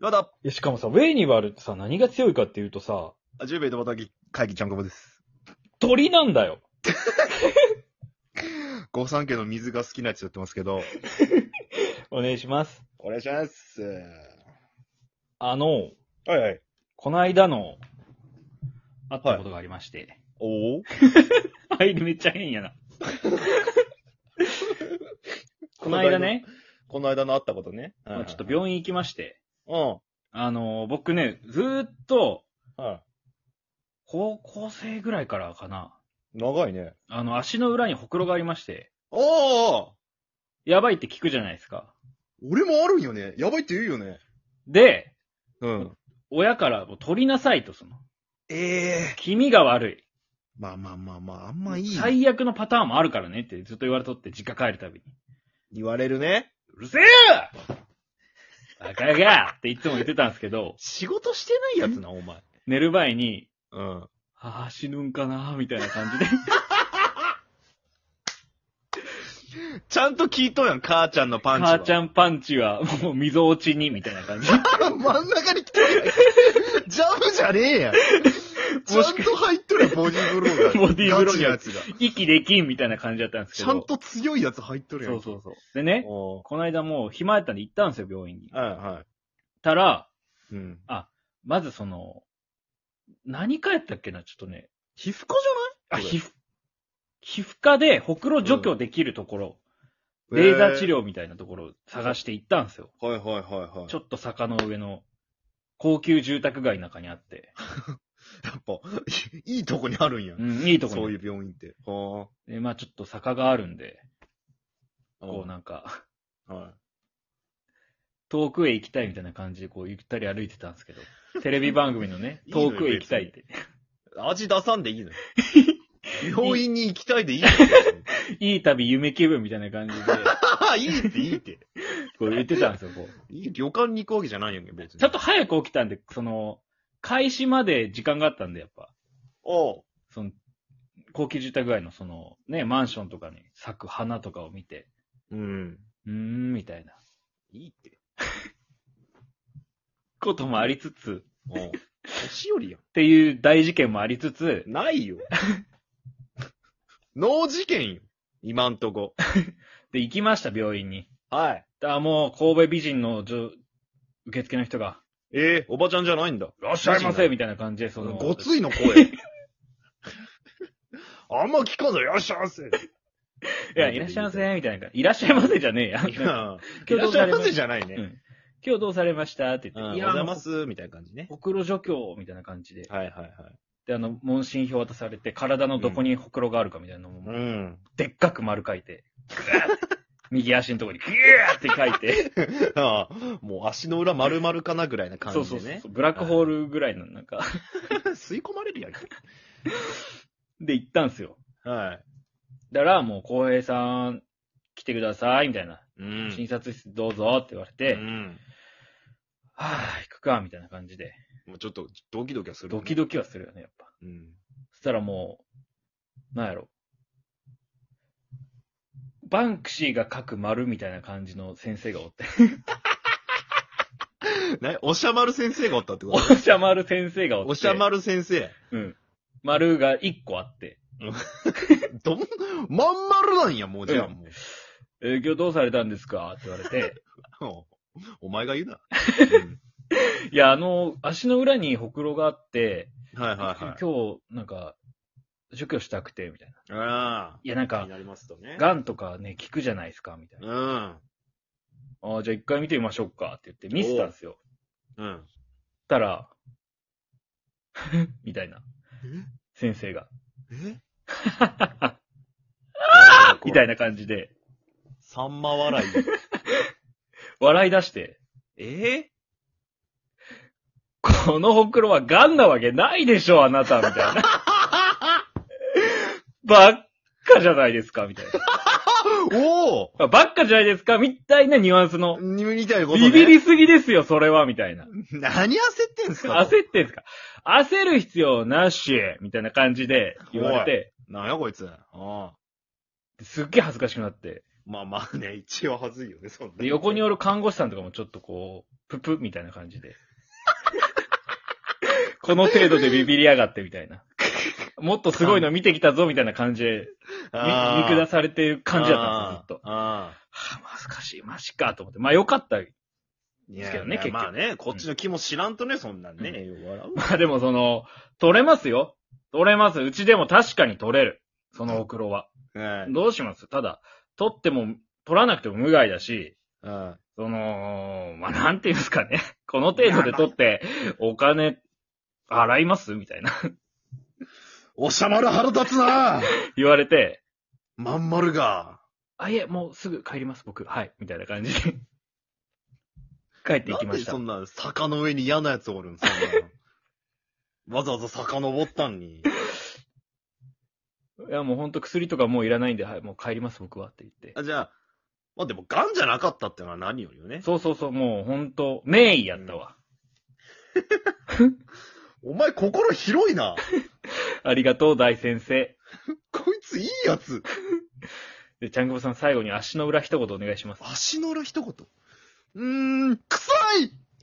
岩田、いやしかもさ、ウェイニバルってさ、何が強いかっていうとさ、 10名とまたぎ、会議ちゃんこぼです。鳥なんだよ。五三家の水が好きなやつやってますけど。お願いします。お願いします。あの、はいはい。この間の、あったことがありまして。おおはい、めっちゃ変やな。 この間ね、この間のあったことね。まあちょっと病院行きまして、院。あの、僕ね、ずーっと、うん。は高校生ぐらいからかな、い。長いね。あの、足の裏にほくろがありまして、おおやばいって聞くじゃないですか。俺もあるんよね。やばいって言うよね。で、うん。親からもう取りなさいと、その、ええ気味が悪い。まあまあまあまあ、あんまいい。最悪のパターンもあるからねってずっと言われとって、実家帰るたびに。言われるね。うるせえバカがっていつも言ってたんですけど、仕事してないやつな、お前。寝る前に、うん。ああ、死ぬんかなみたいな感じで。ちゃんと聞いとんやん、母ちゃんのパンチは。母ちゃんパンチは、もう溝落ちに、みたいな感じ。 真ん中 に来てるやん。ジャブじゃねえやん。ちゃんと入っとるやんボディーブローが。ボディーブローがガチのやつが。息できん、みたいな感じだったんですけちど。ゃんと強いやつ入っとるやそん。うそうそう。でね、おこの間もう暇やったんで行ったんですよ、病院に。ーはいはたら、い。うん。まずその、何科やったっけな、ちょっとね。皮膚科あ、これ皮膚、皮膚科でほくろ除去できるところ、レーザー治。療みたいなところを探して行ったんですよ。はいはいはいはい。ちょっと坂の上の高級住宅街の中にあって。やっぱ、いい とこにあるんや。うんん、いいとこに。そういう病院って。はで、まあちょっと坂があるんで、あ。こうなんか、 は遠くへ行きたいみたいな感じで、こう、ゆったり歩いてたんですけど。テレビ番組のね 、いいのよ遠くへ行きたいって。い。味出さん でいいのよ病院に行きたいでいいのよいい旅、夢気分みたいな感じで、いいっていいって。こう言ってたんですよ、こ う。いい旅館に行くわけじゃないよね、別に。ちょっと早く起きたんで、その、開始まで時間があったんで、やっぱ。おう。その、高級住宅街のその、ね、マンションとかに咲く花とかを見て、うん。うーん、みたいな。いいって。こともありつつ、おう。年寄りやん。っていう大事件もありつつ、ないよ。脳事件よ。今んとこ。で、行きました、病院に。はい。だからもう、神戸美人の女受付の人が、ええおばちゃんじゃないんだ。いらっしゃいませみたいな感じで、その、ごついの 声。あんま聞かない。いらっしゃいませ。 いいや、いらっしゃいま。せみたいな。いらっしゃいませじゃ ねえや。いや、い今ら日どっうしゃさいれましませたじゃないね。うん今日どうされましたってう言ん、っおて、はようございま。す、みたいな感じね。ほくろ除去みたいな感じで。はいはいはい。で、あの、問診票渡されて、体のどこにほくろがあるかみたいなのうも、ん。でっかく丸書いて、ぐわーって右足のとこに、ぐわーって書いて、ああもう足の裏丸々かなぐらいな感じそでうね。そうそう、ブラックホールぐらいの、なんか、吸い込まれるやんけ。で行ったんすよ。はい。だから、もう、浩平さん、来てください、みたいな。うん診察室どうぞって言われて、うん。はぁ、行くか、みたいな感じで。もうちょっとドキドキはする、ドキドキはするよね、やっぱ。キ。うん。そしたらもう、なんやろ。バンクシーが書く丸みたいな感じの先生がお って、な、おしゃまる先生がおったってこおとしゃまる先生がおって、おしゃまる先生。うん。丸が1個あって、どん、まん丸なんや、もうじゃあ、うんもうえー今日どうされたんですかって言われ て、お。お前が言う な。いや、あの、足の裏にほくろがあって、うんはいはいはい。今日、なんか、除去したくて、みたいな。あいや、なんあ。かに、なりますとね。ガンとかね、効くじゃないですか、みたいな。うん。ああ、じゃあ一回見てみましょうかって言って見せたんですよ。うん。たら、 みたいな、先生が。えみたい。いな感じで、さんま笑い。笑い出して、 えこのほくろはガンなわけないでしょ、あなた、みたいな。 ばっかじゃないですか、みたい おな。ばっかじゃないですか、みたいなニュアンスのお。にみたいなことね。ビビりすぎですよ、それは、みたいな。何焦ってんすか焦ってんすか焦る必要なし、みたいな感じで言われて、なんやこいつ。ああ。すっげえ恥ずかしくなって、まあまあね、一応はずいよね、そんな。で、横におる看護師さんとかもちょっとこう、ププみたいな感じで。 この程度でビビりやがってみたいな。もっとすごいの見てきたぞみたいな感じで、見見あー下されてる感じだったんですよ、ずっと。ああ。はあ、難しい、マジかと思って。まあよかった。いですやけどねいや結局まあね、こっちの気も知らんとね、そんなんね。笑まあでもその、取れますよ。取れます。うちでも確かに取れる。そのホクロは。う。はい。どうしますただ、取っても、取らなくても無害だし、うんその、まあなんていうんですかね。 この程度で取って、お金、払いますみたいな。 おしゃまる腹立つな言われて、まん丸が。あ、いえ、もうすぐ帰ります、僕。はい。みたいな感じで。帰っていなきんまでしたそ。んな坂の上に嫌なやつおるん、そん な。わざわざ坂登ったんに。いや、もうほんと薬とかもういらないんで、はい、もう帰ります、僕は。って言って。あ、じゃあ、まあでも、ガンじゃなかったってのは何よりよね。そうそうそう、もうほんと、名医やったわ。お前心広いな。ありがとう、大先生。こいついいやつ。で、ちゃんくぼさん最後に足の裏一言お願いします。足の裏一言。うーん、臭い